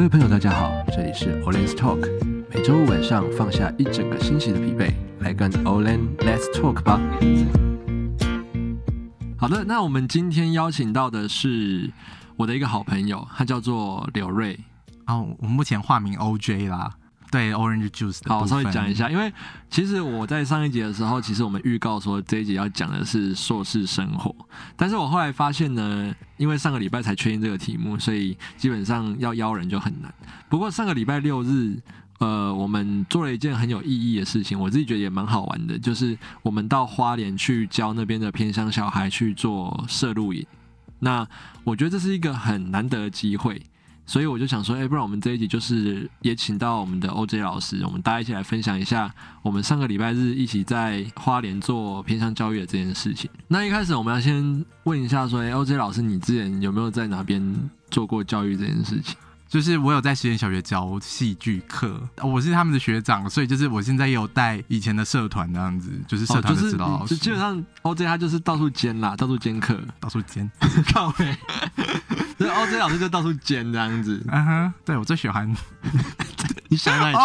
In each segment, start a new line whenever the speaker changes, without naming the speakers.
位朋友，大家好，这里是 Olen's Talk，每周五晚上放下一整个星期的疲惫，来跟 Olen Let's Talk 吧。好的，那我们今天邀请到的是我的一个好朋友，他叫做柳瑞。
然后哦我目前化名 OJ 啦，对 Orange Juice 的
好，
部
我
分
稍微讲一，啊下，因为其实我在上一集的时候，其实我们预告说这一集要讲的是硕士生活，但是我后来发现呢，因为上个礼拜才确定这个题目，所以基本上要邀人就很难。不过上个礼拜六日。呃，我们做了一件很有意义的事情，我自己觉得也蛮好玩的，就是我们到花莲去教那边的偏乡小孩去做社露营。那我觉得这是一个很难得的机会，所以我就想说，哎、不然我们这一集就是也请到我们的 OJ 老师，我们大家一起来分享一下我们上个礼拜日一起在花莲做偏向教育的这件事情。那一开始我们要先问一下说，哎、o j 老师，你之前有没有在哪边做过教育这件事情？
就是我有在实验小学教戏剧课，哦我是他们的学长，所以就是我现在也有带以前的社团那样子，就是社团
哦就
的
是
指导老师，
就基本上 OJ 他就是到处兼啦，到处兼课，
到处兼，
靠呗。 就是 OJ 老师就到处兼这样子，
嗯哼，对我最 喜欢，
你想哪里哎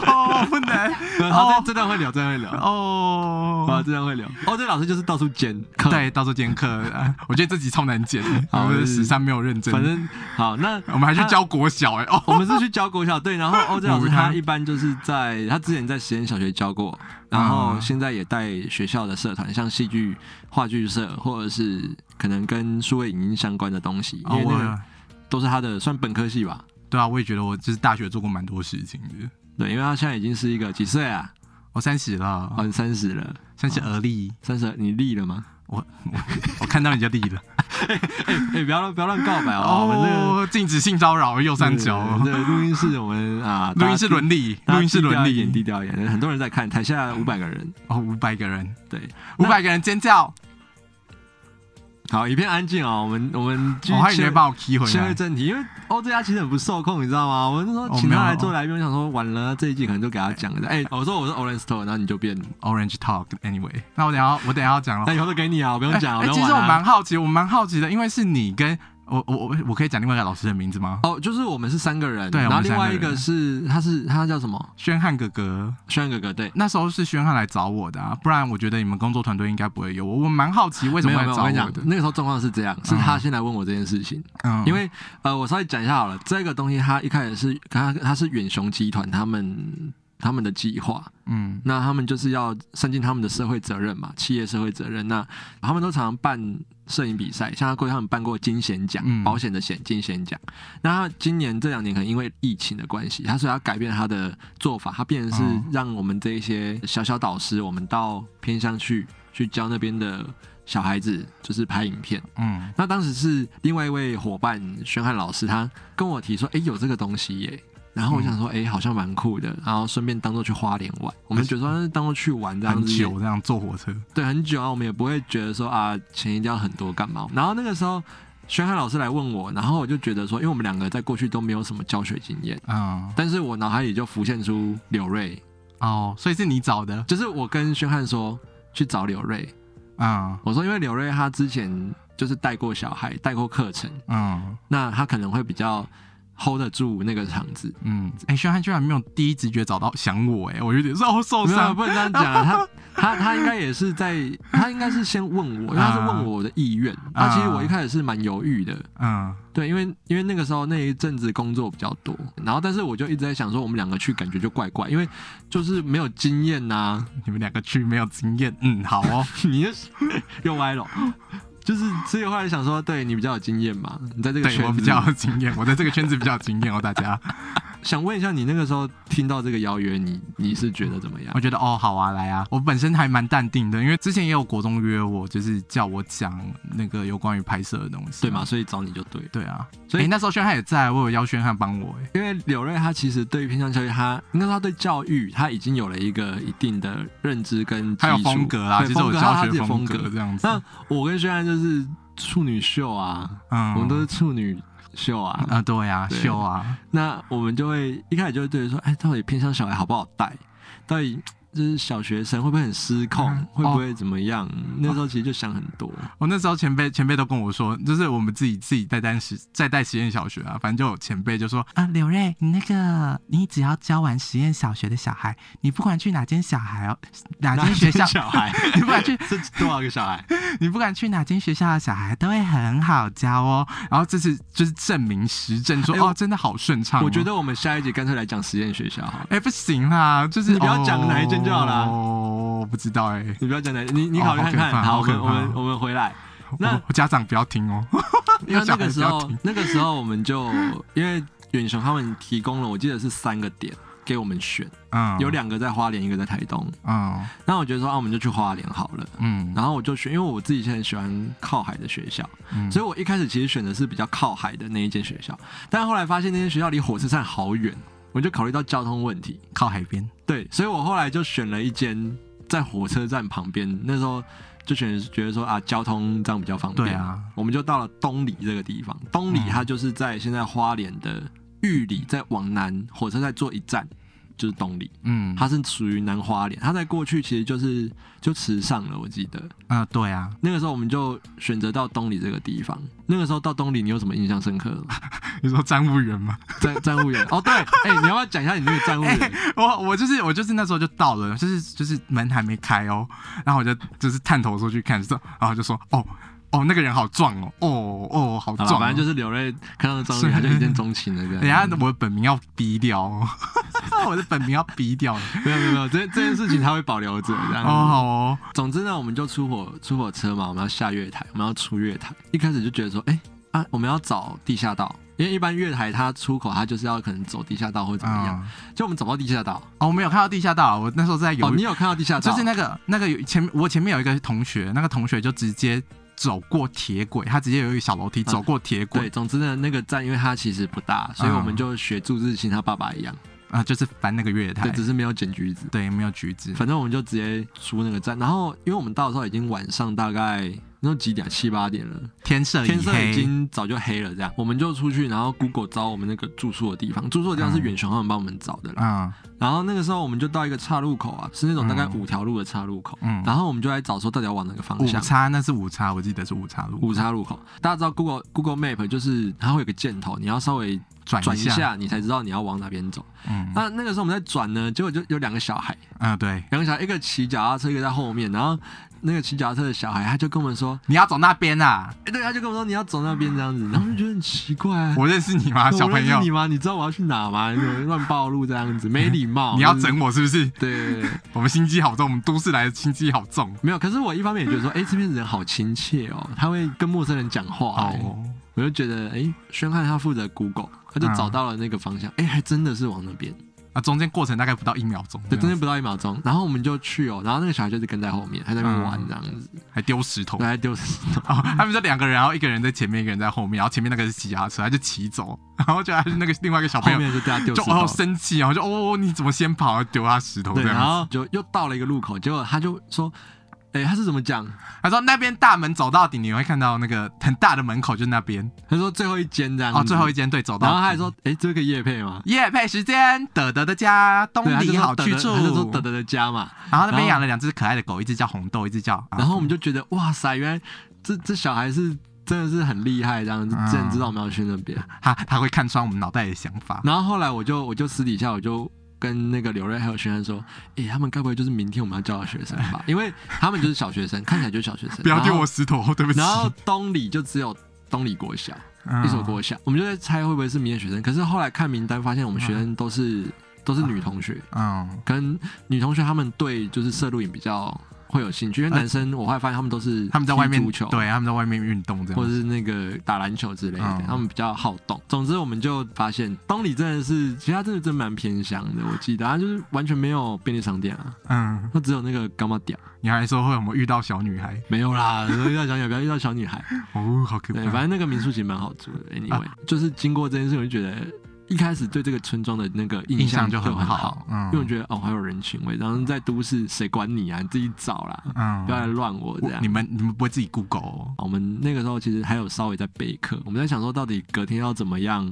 去？
哦，哦不能，
好，
哦
这这段会聊，这段会聊，啊，
哦，
这段会聊。OJ 老师就是到处兼课，
对，到处兼课， 啊我觉得这集超难剪，
好
我们的
就是
十三没有认真，
反正好，那
我们还去
他
教国小哎，哦，
我们是去教国小对， 然后欧 J 老师
母
他
汤
一般就是在他之前在实验小学教过，然后
嗯
现在也带学校的社团，像戏剧、话剧社，或者是可能跟数位影音相关的东西，因
哦
为那个
我
都是他的算本科系吧。
对啊，我也觉得我就是大学做过蛮多事情的，
对，因为他现在已经是一个几岁啊？
我三十了
好，，你三十了，
三十而立。
三十你立了吗？
我我我看到你就立了。
哎、哎不要乱不要乱告白哦，我们这个
哦，禁止性骚扰右上角，
对录音室我们啊，
录音室伦理，录音室伦
演低
理。
调一点，很多人在看，台下五百个人，
哦，五百个人，
对，
五百个人尖叫，
好一片安静哦，我们我们继
我
续
还以为你
切
会把我踢回
切回
来。
正题，因为欧这家其实很不受控，你知道吗？我那时候
哦啊
请
没
他
有
来做来宾，我想说完了这一季可能就给他讲了。
哦
哎、我说我是 Orange Store，然后你就变，
Orange Talk，Anyway，那我等一下我等一下要讲了。
那以后都给你啊，我不用
哎
讲，
哎
不
其
用
实
玩
我
啊
蛮好奇，我蛮好奇的，因为是你跟我我我我可以讲另外一个老师的名字吗？
哦，就是我们是三个人，
对
然后
我
另
们三个
外
人
一个是他是他叫什么？
宣汉哥哥，
轩哥哥对。
那时候是宣汉来找我的，啊，不然我觉得你们工作团队应该不会有我。我蛮好奇为什
没
么
有没
会来
有，
找
我跟你
我
讲
的，，
那个时候状况是这样，是
嗯
他先来问我这件事情，
嗯
因为呃，我稍微讲一下好了，这个东西他一开始是他他是远雄集团他们他们的计划，
嗯
那他们就是要善尽他们的社会责任嘛，企业社会责任。那他们都常常办摄影比赛，像他过去他们办过金险奖，
嗯
保险的险金险奖。那他今年这两年可能因为疫情的关系，他所以要改变他的做法，他变成是
哦
让我们这一些小小导师，我们到偏乡去去教那边的小孩子，就是拍影片。
嗯
那当时是另外一位伙伴宣汉老师，他跟我提说，诶，有这个东西耶。然后我想说，
嗯
诶，好像蛮酷的，然后顺便当做去花莲玩。我们觉得说嗯当做去玩这样
很
子，
久这样坐火车，
对，很久啊，我们也不会觉得说啊，钱一定要很多干
嗯
嘛。然后那个时候，宣汉老师来问我，然后我就觉得说，因为我们两个在过去都没有什么教学经验，
嗯
但是我脑海里就浮现出柳瑞，
哦，所以是你找的，
就是我跟宣汉说去找柳瑞，
嗯
我说因为柳瑞他之前就是带过小孩，带过课程，
嗯
那他可能会比较 hold 得住那个场子。
嗯，哎、宣汉居然没有第一直觉找到想我、哎，我有点受受
没有，
伤。
不能这样讲啊！他他他应该也是在，他应该是先问我，因为他是
啊
问我的意愿。那、其实我一开始是蛮犹豫的，
嗯，
对，因为因为那个时候那一阵子工作比较多，然后但是我就一直在想说，我们两个去感觉就怪怪，因为就是没有经验呐、
你们两个去没有经验，嗯，好哦，
你就是又歪了，就是所以后来想说，对你比较有经验嘛，你在这个圈
对
子
我比较有经验，我在这个圈子比较有经验哦，大 家，
想问一下，你那个时候听到这个邀约，你你是觉得怎么样
我？觉得哦，好啊，来啊，我本身还蛮淡定的，因为之前也有国中约我，就是叫我讲那个有关于拍摄的东西，
对嘛，？所以找你就对了。
对啊，
所
所
以
以、那时候宣汉也在，我有邀宣汉帮我、哎，
因为柳瑞他其实对于偏向教育，他应该说他对教育他已经有了一个一定的认知跟技
还有
术
风格啦，
对
其实
风
我
格
教
他自
学
己的风
风格这样子，
那我跟轩然就是处女秀啊，
嗯
我们都是处女秀啊。
啊，对呀、
对
秀啊，
那我们就会一开始就会对说，哎，到底偏向小孩好不好带？到底就是小学生会不会很失控，
嗯哦
会不会怎么样？那时候其实就想很多。
我哦那时候前辈前辈都跟我说，就是我们自己自己在单实在带实验小学啊，反正就有前辈就说啊，柳瑞，你那个你只要教完实验小学的小孩，你不管去哪间小孩哦，哪间学校，
小孩
你不管去
是多少个小孩？
你不管去哪间学校的小孩都会很好教哦。然后这次就是证明实证说、
哎我
哦，真的好顺畅哦、
我觉得我们下一集干脆来讲实验学校好了。
哎、不行啦，就是
你不要讲哪一间就好啦
哦，不知道哎、
你不要讲的，你你
哦
考虑看看。好，
好
我
可
们
怕
我
好可
们
怕
我们回来。那
我我家长不要听哦，
因为那个时
小孩不要
候
听，
那个时候我们就 因为远雄他们提供了，我记得是三个点给我们选，
嗯，
有，两个在花莲，一个在台东。
嗯
那我觉得说啊，我们就去花莲好了。
嗯，
然后我就选，因为我自己现在很喜欢靠海的学校，
嗯
所以我一开始其实选的是比较靠海的那一间学校，但后来发现那间学校离火车站好远，我就考虑到交通问题，
靠海边，
对，所以我后来就选了一间在火车站旁边，那时候就选觉得说啊，交通这样比较方便，
对，啊，
我们就到了东里这个地方，东里
嗯
它就是在现在花莲的玉里，再往南火车站坐一站就是东里，
嗯，
它是属于南花莲，它在过去其实就是就池上了，我记得。
啊、对啊，
那个时候我们就选择到东里这个地方。那个时候到东里，你有什么印象深刻的吗？
你说站务员吗？
站站务员哦，对，哎、你要不要讲一下你那个站务员？
我我就是我就是那时候就到了，就是就是门还没开哦，然后我就就是探头出去看，就然后就说哦哦那个人好壮哦，哦哦好
好
壮、
了，
哦，
反正就是柳瑞看到张宇，他就一见钟情了，这样。
等一下我的本名要逼掉、哦， 我的本名要逼掉哦，
没有没有没有，这这件事情他会保留着这样。
好哦，
总之呢，我们就出火出火车嘛，我们要下月台，我们要出月台。一开始就觉得说，哎、啊，我们要找地下道，因为一般月台它出口它就是要可能走地下道或怎么样。
嗯
就我们找不到地下道，
哦，我没有看到地下道，我那时候在
哦，
犹豫，
你有看到地下道？
就是那个那个有前我前面有一个同学，那个同学就直接走过铁轨，他直接有一个小楼梯走过铁
嗯
轨
对，总之呢，那个站因为它其实不大，
哦
所以我们就学朱自清他爸爸一样，
啊、就是翻那个月台
对，，只是没有剪橘子。
对，没有橘子，
反正我们就直接出那个站，然后因为我们到的时候已经晚上大概那几点啊七八点了，
天色
天色
黑
已经早就黑了，这样我们就出去，然后 Google 找我们那个住宿的地方，住宿的地方是远雄他们帮我们找的啦。
嗯
然后那个时候我们就到一个岔路口啊，是那种大概
嗯
五条路的岔路口，
嗯，
然后我们就来找说到底要往哪个方
五
向。
叉那是五叉，我记得是五叉路，
五岔路口，大家知道 Google Google Map 就是它会有个箭头，你要稍微
转
转一
下，
下，你啊才知道你要往哪边走。
嗯
那那个时候我们在转呢，结果就有两个小孩，
嗯，对，
两个小孩，一个骑脚踏车，一个在后面。然后那个骑脚踏车的小孩，他就跟我们说，
你要走那边 啊，
哎、对，他就跟我们说你要走那边这样子。然后我就觉得很奇怪、啊，
我认识你吗，
我
小朋
认识
友
你？吗？你知道我要去哪吗？你乱暴露这样子，没礼貌。
你要
就是
整我是不是？
对对对对，
我们心机好重，我们都市来的心机好重
没有。可是我一方面也觉得说，哎、这边人好亲切哦，他会跟陌生人讲话、哎
哦。
我就觉得，哎、宣汉他负责 Google，他就找到了那个方
哦
向，哎、还真的是往那边。
啊，中间过程大概不到一秒钟，
对，中间不到一秒钟，然后我们就去哦，然后那个小孩就是跟在后面，还在那边玩这样子，
还丢石头
对，。还丢石头。
哦， 他们就两个人，然后一个人在前面，一个人在后面，然后前面那个是骑脚踏车，他就骑走，然后就还是那个另外一个小朋
后
友
面就对他丢
就
石头
哦，生气，然后就哦你怎么先跑，然后丢他石头
对，
这
然
样
后就又到了一个路口，结果他就说，哎、他是怎么讲？
子。他说那边大门走到底，你会看到那个很大的门口就是那边
他说最后一间这样
哦，最哦嗯后一
一，
间对走到
然
底。
后他还说，哎、这个叶配吗？
夜配时间，德德的家，东
对，他就
里
说
好
德
去
德
处
他。就说德德的家嘛，
然后
然
那
后
边养了两只可爱的狗，一只叫红豆，一只叫……啊
然后我们就觉得，哇塞，原来这这小孩是真的是很厉害，这样子，
嗯
之前知道我们要去那边。
他他会看穿我们脑袋里的想法。
然后后来我就我就私底下我就跟那个刘瑞还有轩安说，诶，他们该不会就是明天我们要教的学生 吧？因为他们就是小学生，看起来就是小学生。
不要
然后
丢我石头，对不起。
然后东里就只有东里国小
嗯
一所国小，我们就在猜会不会是明天学生。可是后来看名单发现，我们学生都是都是女同学，
嗯，
可能女同学她们对就是摄录影比较会有兴趣，因为
呃
男生我后来发现他们都是
他们在外面
踢足球，
对，他们在外面运动这样
或者
子。
是那个打篮球之类的，
嗯
他们比较好动。总之，我们就发现东里真的是，其实它真的真蛮偏乡的。我记得它就是完全没有便利商店啊，
嗯，
它只有那个干嘛啊点，
你还说会有没有遇到小女孩？
没有啦。遇到小女孩，不要遇到小女 孩。
哦，好可怕
对，。反正那个民宿其实蛮好住的。Anyway，、就是
啊
经过这件事，我就觉得一开始对这个村庄的那个
印
象
象就
很
很好，嗯
因为我觉得哦还有人情味。然后在都市谁管你啊？你自己找啦，
嗯
不要来乱我这
我
样
你。们你们不会自己 Google 哦
我们那个时候其实还有稍微在备课，我们在想说到底隔天要怎么样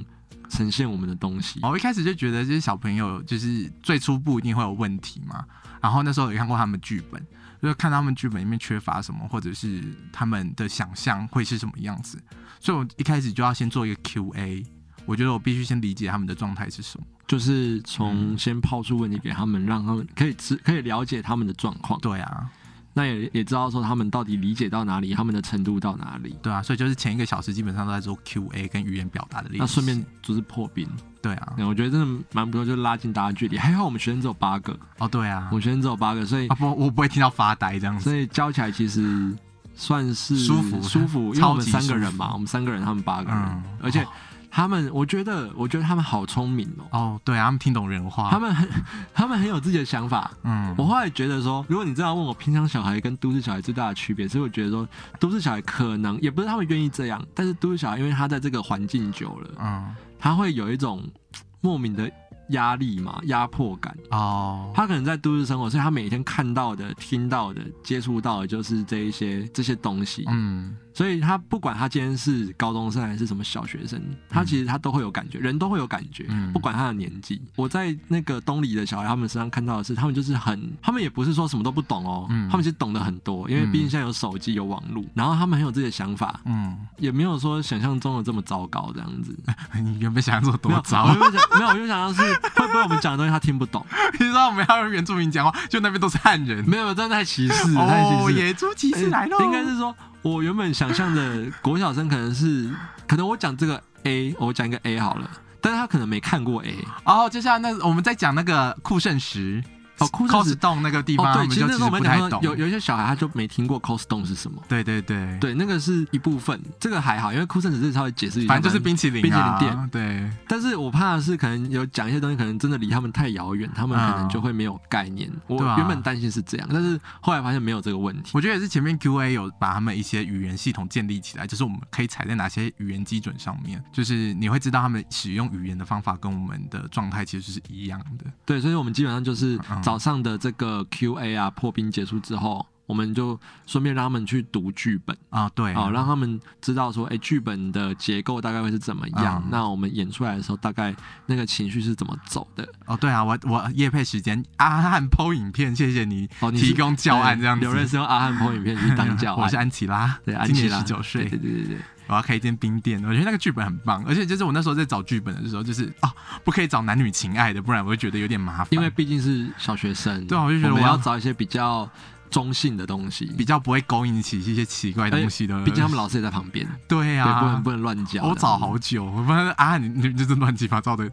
呈现我们的东西。
哦，一开始就觉得这些小朋友就是最初步一定会有问题嘛，然后那时候也看过他们剧本，就是看他们剧本里面缺乏什么，或者是他们的想象会是什么样子，所以我一开始就要先做一个 Q&A，我觉得我必须先理解他们的状态是什么。
就是从
嗯
先抛出问题给他们，让他们可以知可以了解他们的状况，
对啊，
那也也知道说他们到底理解到哪里，他们的程度到哪里。
对啊，所以就是前一个小时基本上都在做 Q&A 跟语言表达的练习。
那顺便就是破冰，
对啊，
那我觉得真的蛮不错，就拉近大家距离。还好我们学生只有八个，
哦对啊
我，们学生只有八个，所以
啊不，我不会听到发呆这样子。
所以教起来其实算是
舒服
舒服，因为
超
我们
级
三个人
舒服
嘛，我们三个人，他们八个人，
嗯
而且他们，我觉得，我觉得他们好聪明哦，
哦，对啊，他们听懂人话。
他们很， 他们很有自己的想法。
嗯
我，后来觉得说，如果你真的要问我偏乡小孩跟都市小孩最大的区别，是我觉得说，都市小孩可能也不是他们愿意这样，但是都市小孩因为他在这个环境久了，
嗯，
他会有一种嘖莫名的压力嘛，压迫感。
哦，
他可能在都市生活，所以他每天看到的、听到的、接触到的，就是这一些这些东西。
嗯，
所以他不管他今天是高中生还是什么小学生，他其实他都会有感觉，人都会有感觉，
嗯
不管他的年纪。我在那个东里的小孩他们身上看到的是，他们就是很，他们也不是说什么都不懂哦，
嗯
他们其实懂得很多，因为
嗯
毕竟现在有手机有网络，然后他们很有自己的想法，
嗯，
也没有说想象中的这么糟糕这样子。
你原本想要做
没
多
有，
糟
我？就想没有，我就想到是会不会我们讲的东西他听不懂？
你知道我们要用原住民讲话，就那边都是汉 人。
没有，真的太歧视了，太
哦，
歧视了。
野猪骑士来喽！
哎应该是说，我原本想象的国小生可能是，可能我讲这个 A，我讲一个 A 好了，但是他可能没看过 A。
哦，就像那我们在讲那个酷盛石，
哦酷圣石
cos 洞那个地
哦，
方，
对，
们
其实
就
那时候我们
不
讲
太
说
懂，。
有有一些小孩他就没听过 c o s t o n 是什么，
对对对，
对，那个是一部分，这个还好，因为酷圣只是稍微解释一下，
反正就是冰淇淋、啊，
冰淇淋
店。对，
但是我怕的是可能有讲一些东西，可能真的离他们太遥远，他们可能
嗯
就会没有概念。我
对啊
原本担心是这样，但是后来发现没有这个问题。
我觉得也是前面 Q&A 有把他们一些语言系统建立起来，就是我们可以踩在哪些语言基准上面，就是你会知道他们使用语言的方法跟我们的状态其实是一样的。
对，所以我们基本上就是
嗯
早上的这个 Q&A 啊破冰结束之后，我们就顺便让他们去读剧本。
啊，对，
好、让他们知道说，哎、剧本的结构大概会是怎么样？
嗯
那我们演出来的时候，大概那个情绪是怎么走的？
哦，对啊，我我夜配时间，阿汉 PO 影片，谢谢你
哦，你是
提供教案这样子。啊
刘瑞是用阿汉朋友影片去当教案，
我是安琪拉，
对安
今
琪
年
拉
十九岁
对，对对对，
我要开一间冰店。我觉得那个剧本很棒，而且就是我那时候在找剧本的时候，就是哦，不可以找男女情爱的，不然我会觉得有点麻烦，
因为毕竟是小学生，
对啊我就觉得
们
我要
要找一些比较中性的东西，
比较不会勾引起一些奇怪东西的。
哎毕竟他们老师也在旁边，
对
对，不
啊
能，不能乱教。
我找
这
好
样子，
久，我发现啊，你你就是乱七八糟的。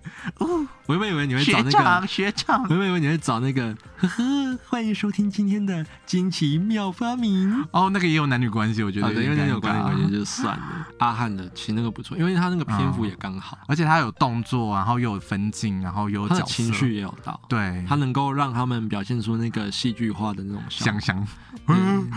我原本以为你会找
学
那个
长，学长
我，以为你会找那个，呵呵，欢迎收听今天的惊奇妙发明。
哦，那个也有男女关系，我觉
啊，
得
对，因为
点
那有
尴尬
关系关系就算了。阿汉的其实那个不错，因为他那个篇幅也刚好，
而且他有动作，然后又有分镜，然后又有
他
角
的
色，
情绪也有到，
对，
他能够让他们表现出那个戏剧化的那种效
香
果。
香，
嗯，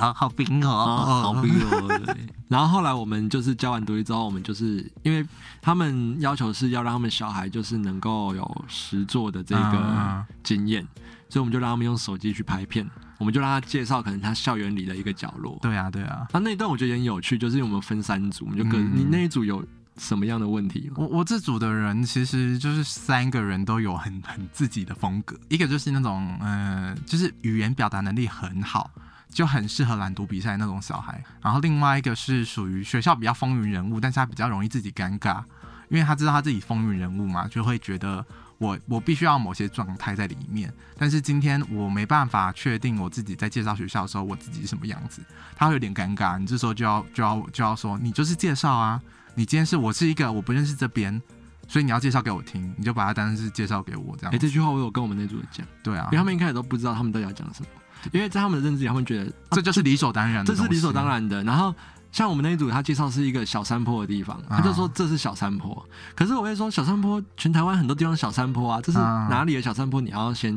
好好冰哦，
啊，好不哦。对然后后来我们就是教完独立之后，我们就是因为他们要求是要让他们小孩就是能够有实作的这个
嗯
经验，所以我们就让他们用手机去拍片，我们就让他介绍可能他校园里的一个角落。
对啊，对啊，
那那一段我觉得也很有趣，就是我们分三组，我们就各、
嗯
你那一组有什么样的问题吗？
我我这组的人其实就是三个人都有很很自己的风格，一个就是那种嗯、呃就是语言表达能力很好。就很适合朗读比赛那种小孩，然后另外一个是属于学校比较风云人物，但是他比较容易自己尴尬，因为他知道他自己风云人物嘛，就会觉得我我必须要某些状态在里面，但是今天我没办法确定我自己在介绍学校的时候我自己是什么样子，他会有点尴尬，你这时候就要就要就要说你就是介绍啊，你今天是我是一个我不认识这边，所以你要介绍给我听，你就把它当成是介绍给我这
哎、
样。
这句话我有跟我们那组的讲，
对啊
因为，他们一开始都不知道他们到底要讲什么，因为在他们的认知里，他们觉得、啊
这就是理所当然的
这
东西，啊
是理所当然的。然后像我们那一组，他介绍是一个小山坡的地方，
啊
他就说这是小山坡。可是我会说小山坡，全台湾很多地方的小山坡啊，这是
啊
哪里的小山坡？你要先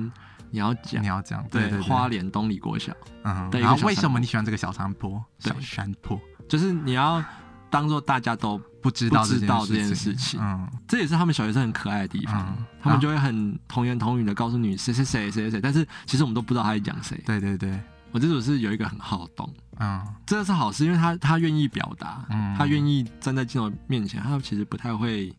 你要讲
你。要这样，对
对，
对对
花莲东里国小，
嗯，
对一
然后
个小山坡
为什么你喜欢这个小山坡？
对
小山坡
就是你要当做大家都，
不知道
不知道
这件
这件事情
嗯
这也是他们小学生很可爱的地方，
嗯
他们就会很童言童语的告诉你谁谁谁谁谁谁，但是其实我们都不知道他在讲谁。
对对对，
我这组是有一个很好动，
嗯
这个是好事，因为他他愿意表达，
嗯，
他愿意站在镜头面前，他其实不太会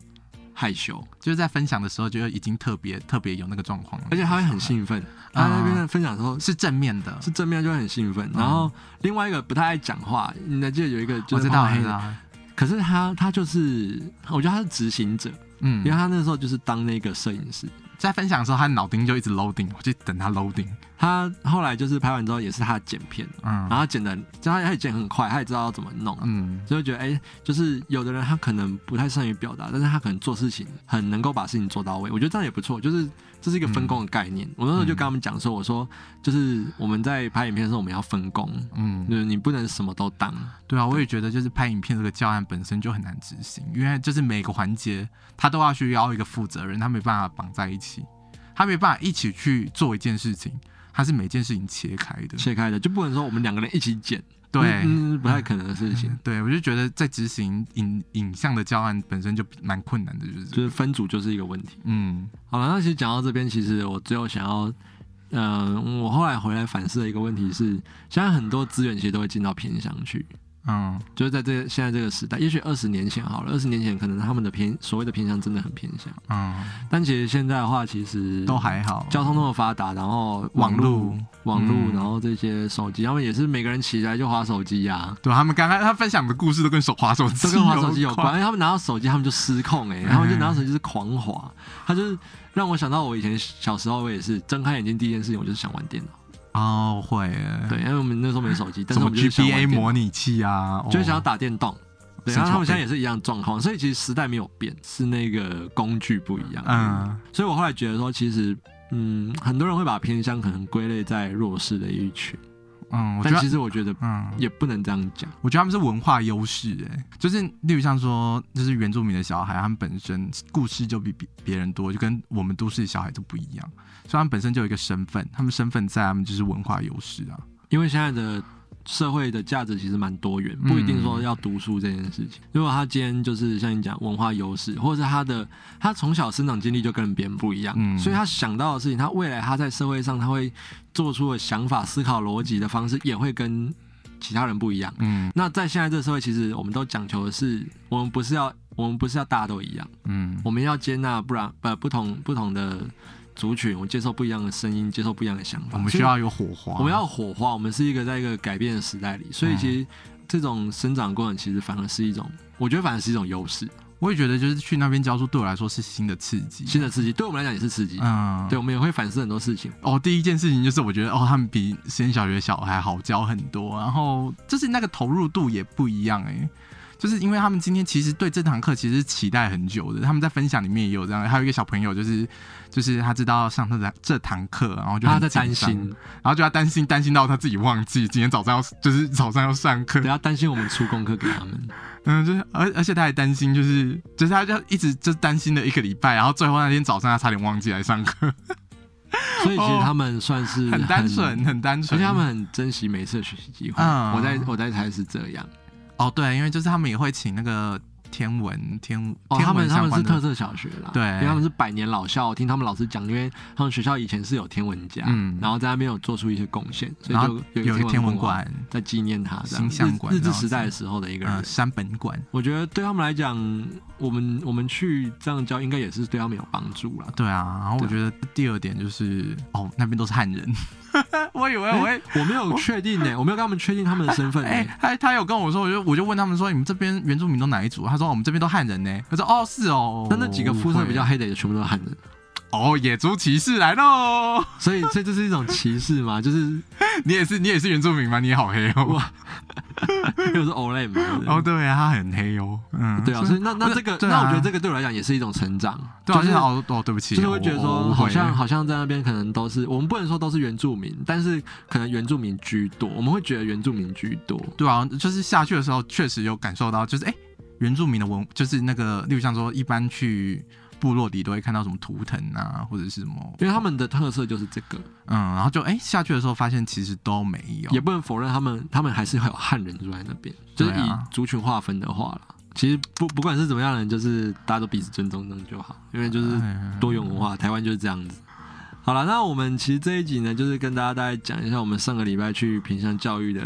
害羞，
就是在分享的时候就已经特别特别有那个状况了，啊
而且他会很兴
嗯
奋。他在那边分享的时候
是正面的，
是正面就会很兴奋，
嗯
然后另外一个不太爱讲话，你还记得有一个就
我
是
知道
胖胖
黑
的
了，
可是他他就是，我觉得他是执行者，因为
嗯，
他那时候就是当那个摄影师。
在分享的时候他脑筋就一直 loading，我就等他 loading，
他后来就是拍完之后也是他剪片，然
嗯
后剪的，就他他也剪很快，他也知道要怎么弄，
嗯，
所以我觉得哎、就是有的人他可能不太善于表达，但是他可能做事情很能够把事情做到位，我觉得这样也不错，就是这是一个分工的概念。我那时
嗯
候就跟他们讲说，我说就是我们在拍影片的时候我们要分工，就
嗯，
是你不能什么都当，
对啊，我也觉得就是拍影片这个教案本身就很难执行，因为就是每个环节他都要去邀一个负责人，他没办法绑在一起，他没办法一起去做一件事情，他是每件事情切开的，
切开的就不能说我们两个人一起剪，
对，
嗯，嗯不太可能的事情。
对，我就觉得在执行影影像的教案本身就蛮困难的，就是这
就是
个，
分组就是一个问题。
嗯
好了，那其实讲到这边，其实我最后想要，嗯、我后来回来反思的一个问题是，现在很多资源其实都会进到偏乡去，
嗯
就是在这现在这个时代，也许二十年前好了，二十年前可能他们的偏所谓的偏乡真的很偏乡，
嗯，
但其实现在的话，其实
都还好，
交通那么发达，然后
网
络
路。
网络，
嗯
然后这些手机，他们也是每个人起来就划手机呀、
对他们刚刚他分享的故事都跟手滑手机
都跟滑手机有关，
关，
因为他们拿到手机，他们就失控
嗯
哎、欸，他们就拿到手机是狂滑，他就是让我想到我以前小时候，我也是睁开眼睛第一件事情，我就是想玩电脑，
哦会耶，
对，因为我们那时候没手机，但
什
是我
么
们就是想玩
GBA
电脑
模拟器啊，
就是想要
哦
打电动，对，
神
然
奇
后他们现在也是一样状况，所以其实时代没有变，是那个工具不一样，嗯，
嗯
所以我后来觉得说，其实。嗯，很多人会把偏乡可能归类在弱势的一群，
嗯，我觉
但其
得
实我觉得
嗯。
也不能这样讲。
我觉得他们是文化优势，哎，就是例如像说，就是原住民的小孩，他们本身故事就比别别人多，就跟我们都市小孩都不一样，所以他们本身就有一个身份，他们身份在，他们就是文化优势啊。
因为现在的社会的价值其实蛮多元，不一定说要读书这件事情。如果他今天就是像你讲文化优势，或者是他的他从小生长经历就跟别人不一样，
嗯
所以他想到的事情，他未来他在社会上他会做出的想法、思考逻辑的方式也会跟其他人不一样。
嗯
那在现在这个社会，其实我们都讲求的是，我们不是要我们不是要大家都一样，
嗯
我们要接纳不然呃不同不同的族群，我接受不一样的声音，接受不一样的想法。
我们
所以
需要有火嗯花，
我们要火花，我们是一个在一个改变的时代里，所以其实这种生长过程其实反而是一种，我觉得反而是一种优势，
我也觉得就是去那边教书对我来说是新的刺激。
新的刺激对我们来讲也是刺激，
嗯，
对，我们也会反思很多事情。
哦，第一件事情就是我觉得哦，他们比实验小学小孩好教很多，然后就是那个投入度也不一样哎、就是因为他们今天其实对这堂课其实是期待很久的，他们在分享里面也有这样，还有一个小朋友就是就是他知道上他的这堂课，然后就
啊他
很
在担
紧张
心，
然后就要担心担心到他自己忘记今天早上要就是早上要上课
对，，啊他担心我们出功课给他们，
嗯，就是而而且他还担心，就是就是他就一直就担心了一个礼拜，然后最后那天早上他差点忘记来上课，
所以其实他们算是
哦很单纯，，很单
而
纯。
且他们很珍惜每次的学习机会。
嗯
我在我在猜是这样，
哦，对，因为就是他们也会请那个天文天
哦，
天
他
文
们他
相
们
关
是
的，
特色小学啦，
对
因为他们是百年老校，我听他们老师讲，因为他们学校以前是有天文家，
嗯
然后在那边有做出一些贡献，所
然
以
后
就
有
一
一个
个
天文
馆。
馆，
在纪念他这样
形象馆
日日治
然后
时代的时候的一个人。
呃，山本馆，
我觉得对他们来讲，我们我们去这样教，应该也是对他们有帮助啦。
对啊。然后我
对
觉得第二点就是，哦，那边都是汉人， 我以为我会。
我没有确定呢、我没有跟他们确定他们的身份呢、
哦哎、他他有跟我说，我就我就问他们说，你们这边原住民都哪一族？他说、哦我们这边都汉人呢。他说哦是哦，
但那几个肤色比较黑的也全部都是汉人，
哦野猪骑士来喽。
所以 所以这是一种歧视嘛？就是
你也是你也是原住民吗？你也好黑哦。
又是 o l a 嘛？对不对
哦，对啊，他很黑哦。嗯，
对啊，所以那那这个，
对啊
那我觉得这个对我来讲也是一种成长，
对啊，
就
就是
是
哦哦，对不起，
就是会觉得
我
说，
我误会
好像
了
好像在那边可能都是我们不能说都是原住民，但是可能原住民居多，我们会觉得原住民居多，
对啊，就是下去的时候确实有感受到，就是哎，原住民的文，就是那个，例如像说一般去。部落里都会看到什么图腾啊，或者是什么，
因为他们的特色就是这个。
嗯，然后就哎、下去的时候发现其实都没有，
也不能否认他们，他们还是会有汉人住在那边，就是
对
以
啊
族群划分的话啦。其实不不管是怎么样的人，就是大家都彼此尊重，这样就好，因为就是
哎
多元文化，台湾就是这样子。好了，那我们其实这一集呢，就是跟大家大概讲一下我们上个礼拜去平乡教育的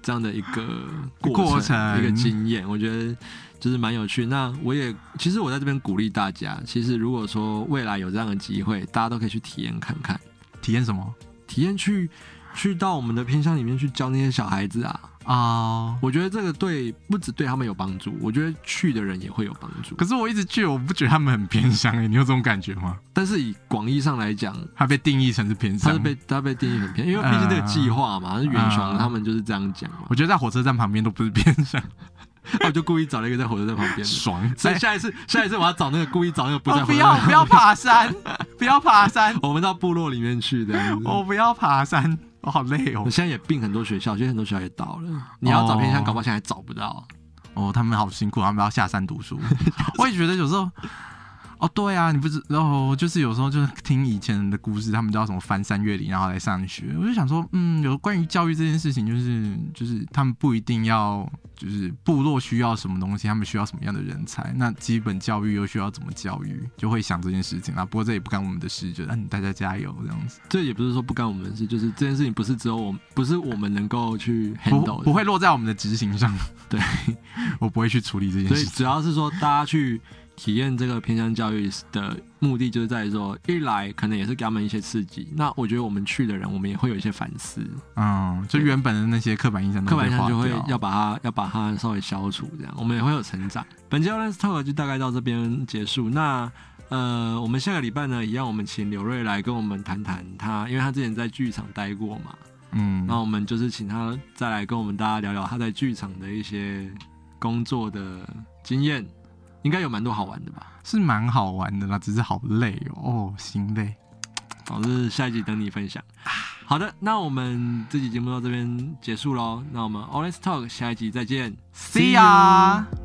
这样的一个
过
过
程
一个经验，我觉得就是蛮有趣。那我也其实我在这边鼓励大家，其实如果说未来有这样的机会，大家都可以去体验看看，
体验什么
体验去去到我们的偏乡里面去教那些小孩子啊，
哦。
我觉得这个对不只对他们有帮助，我觉得去的人也会有帮助。
可是我一直去，我不觉得他们很偏乡欸诶，你有这种感觉吗？
但是以广义上来讲，
他被定义成是偏
它
乡，
是被它被定义很偏，
啊
因为毕竟这个计划嘛，是远雄
嗯
他们就是这样讲嘛
我，觉得在火车站旁边都不是偏 乡，
那我就故意找了一个在火车站旁边的。
爽！
所以下一次，下一次我要找那个故意找那个不在
我
火
不
车
要
站，
哎哦不要爬山，不要爬山，
我们到部落里面去的。
我不要爬山，我好累哦
我。现在也并很多学校，现在很多学校也倒了。你要找偏向，
哦
搞不好现在还找不到。
哦，他们好辛苦，他们要下山 读书。我也觉得有时候，哦，对啊，你不知，然、哦、后就是有时候就是听以前人的故事，他们叫什么翻山越岭，然后来上学。我就想说，嗯，有关于教育这件事情，就是就是他们不一定要，就是部落需要什么东西，他们需要什么样的人才，那基本教育又需要怎么教育，就会想这件事情啦。不过这也不干我们的事，就嗯，大家加油这样子，
这也不是说不干我们的事，就是这件事情不是只有我们，不是我们能够去
不
handle 的。
不会落在我们的执行上。
对，
我不会去处理这件
所
事
以
情。
只要是说大家去体验这个偏向教育的目的，就是在于说，一来可能也是给他们一些刺激。那我觉得我们去的人，我们也会有一些反思，
嗯，就原本的那些刻板印象
刻
都被
板印象
划
就会
掉。
要把它要把它稍微消除，这样我们也会有成长。本期 Lens Talk 就大概到这边结束。那呃，我们下个礼拜呢，一样我们请刘瑞来跟我们谈谈他，因为他之前在剧场待过嘛，
嗯，
那我们就是请他再来跟我们大家聊聊他在剧场的一些工作的经验，应该有蛮多好玩的吧。
是蛮好玩的啦，只是好累哦，哦心累。
好，这是下一集等你分享。
啊
好的，那我们这期节目到这边结束喽。那我们 Honest Talk 下一集再见
See ya。